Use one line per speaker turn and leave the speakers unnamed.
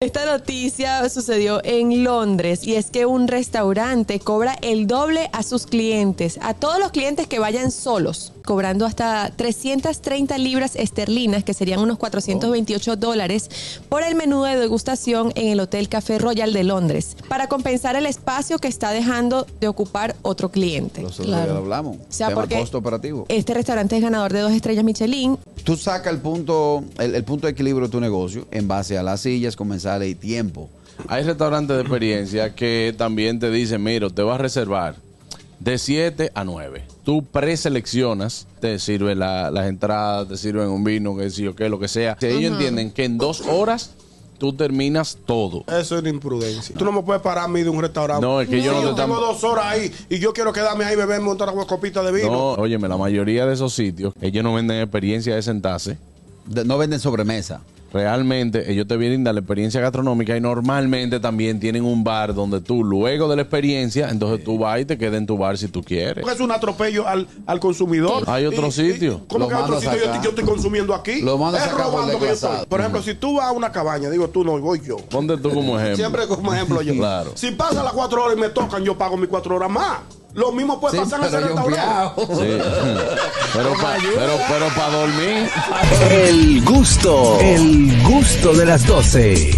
Esta noticia sucedió en Londres y es que un restaurante cobra el doble a sus clientes, a todos los clientes que vayan solos, cobrando hasta 330 libras esterlinas, que serían unos 428 dólares, por el menú de degustación en el Hotel Café Royal de Londres, para compensar el espacio que está dejando de ocupar otro cliente.
Nosotros
Claro.
ya lo hablamos.
Este, O sea,
Tema
porque-
costo operativo.
Este restaurante es ganador de dos estrellas Michelin
Tú sacas el punto, el, el punto de equilibrio de tu negocio en base a las sillas, comensales y tiempo.
Hay restaurantes de experiencia que también te dicen, mira, te vas a reservar de 7 a 9. Tú preseleccionas, te sirven la- las entradas, te sirven un vino, que sí o qué, lo que sea. Si ellos entienden que en dos horas tú terminas todo.
Eso es una imprudencia. Tú no me puedes parar a mí de un restaurante.
No, es que yo no
Si
te
yo tengo
tam-
dos horas ahí y yo quiero quedarme ahí beberme una copita de vino.
No, óyeme, la mayoría de esos sitios, ellos no venden experiencia de sentarse.
De- no venden sobremesa.
Realmente ellos te vienen de la experiencia gastronómica y normalmente también tienen un bar donde tú luego de la experiencia, entonces tú vas y te quedas en tu bar si tú quieres.
Porque es un atropello al, al consumidor.
Hay otro
Y- y-
sitio.
¿Cómo
Lo
que hay otro
mandas
sitio? Yo
acá.
estoy, yo estoy consumiendo aquí.
Lo mandas
es
acá por
robando que yo
desglazado.
estoy. Por ejemplo, si tú vas a una cabaña, digo tú no, voy yo.
Ponte tú como Mm. ejemplo.
Siempre como ejemplo yo.
Claro.
Si pasan las cuatro horas y me tocan, yo pago mis cuatro horas más. Lo mismo puede
Sí,
pasar en ese
pero yo
restaurante.
fiao.
Sí. pero para dormir.
El gusto, el gusto de las 12.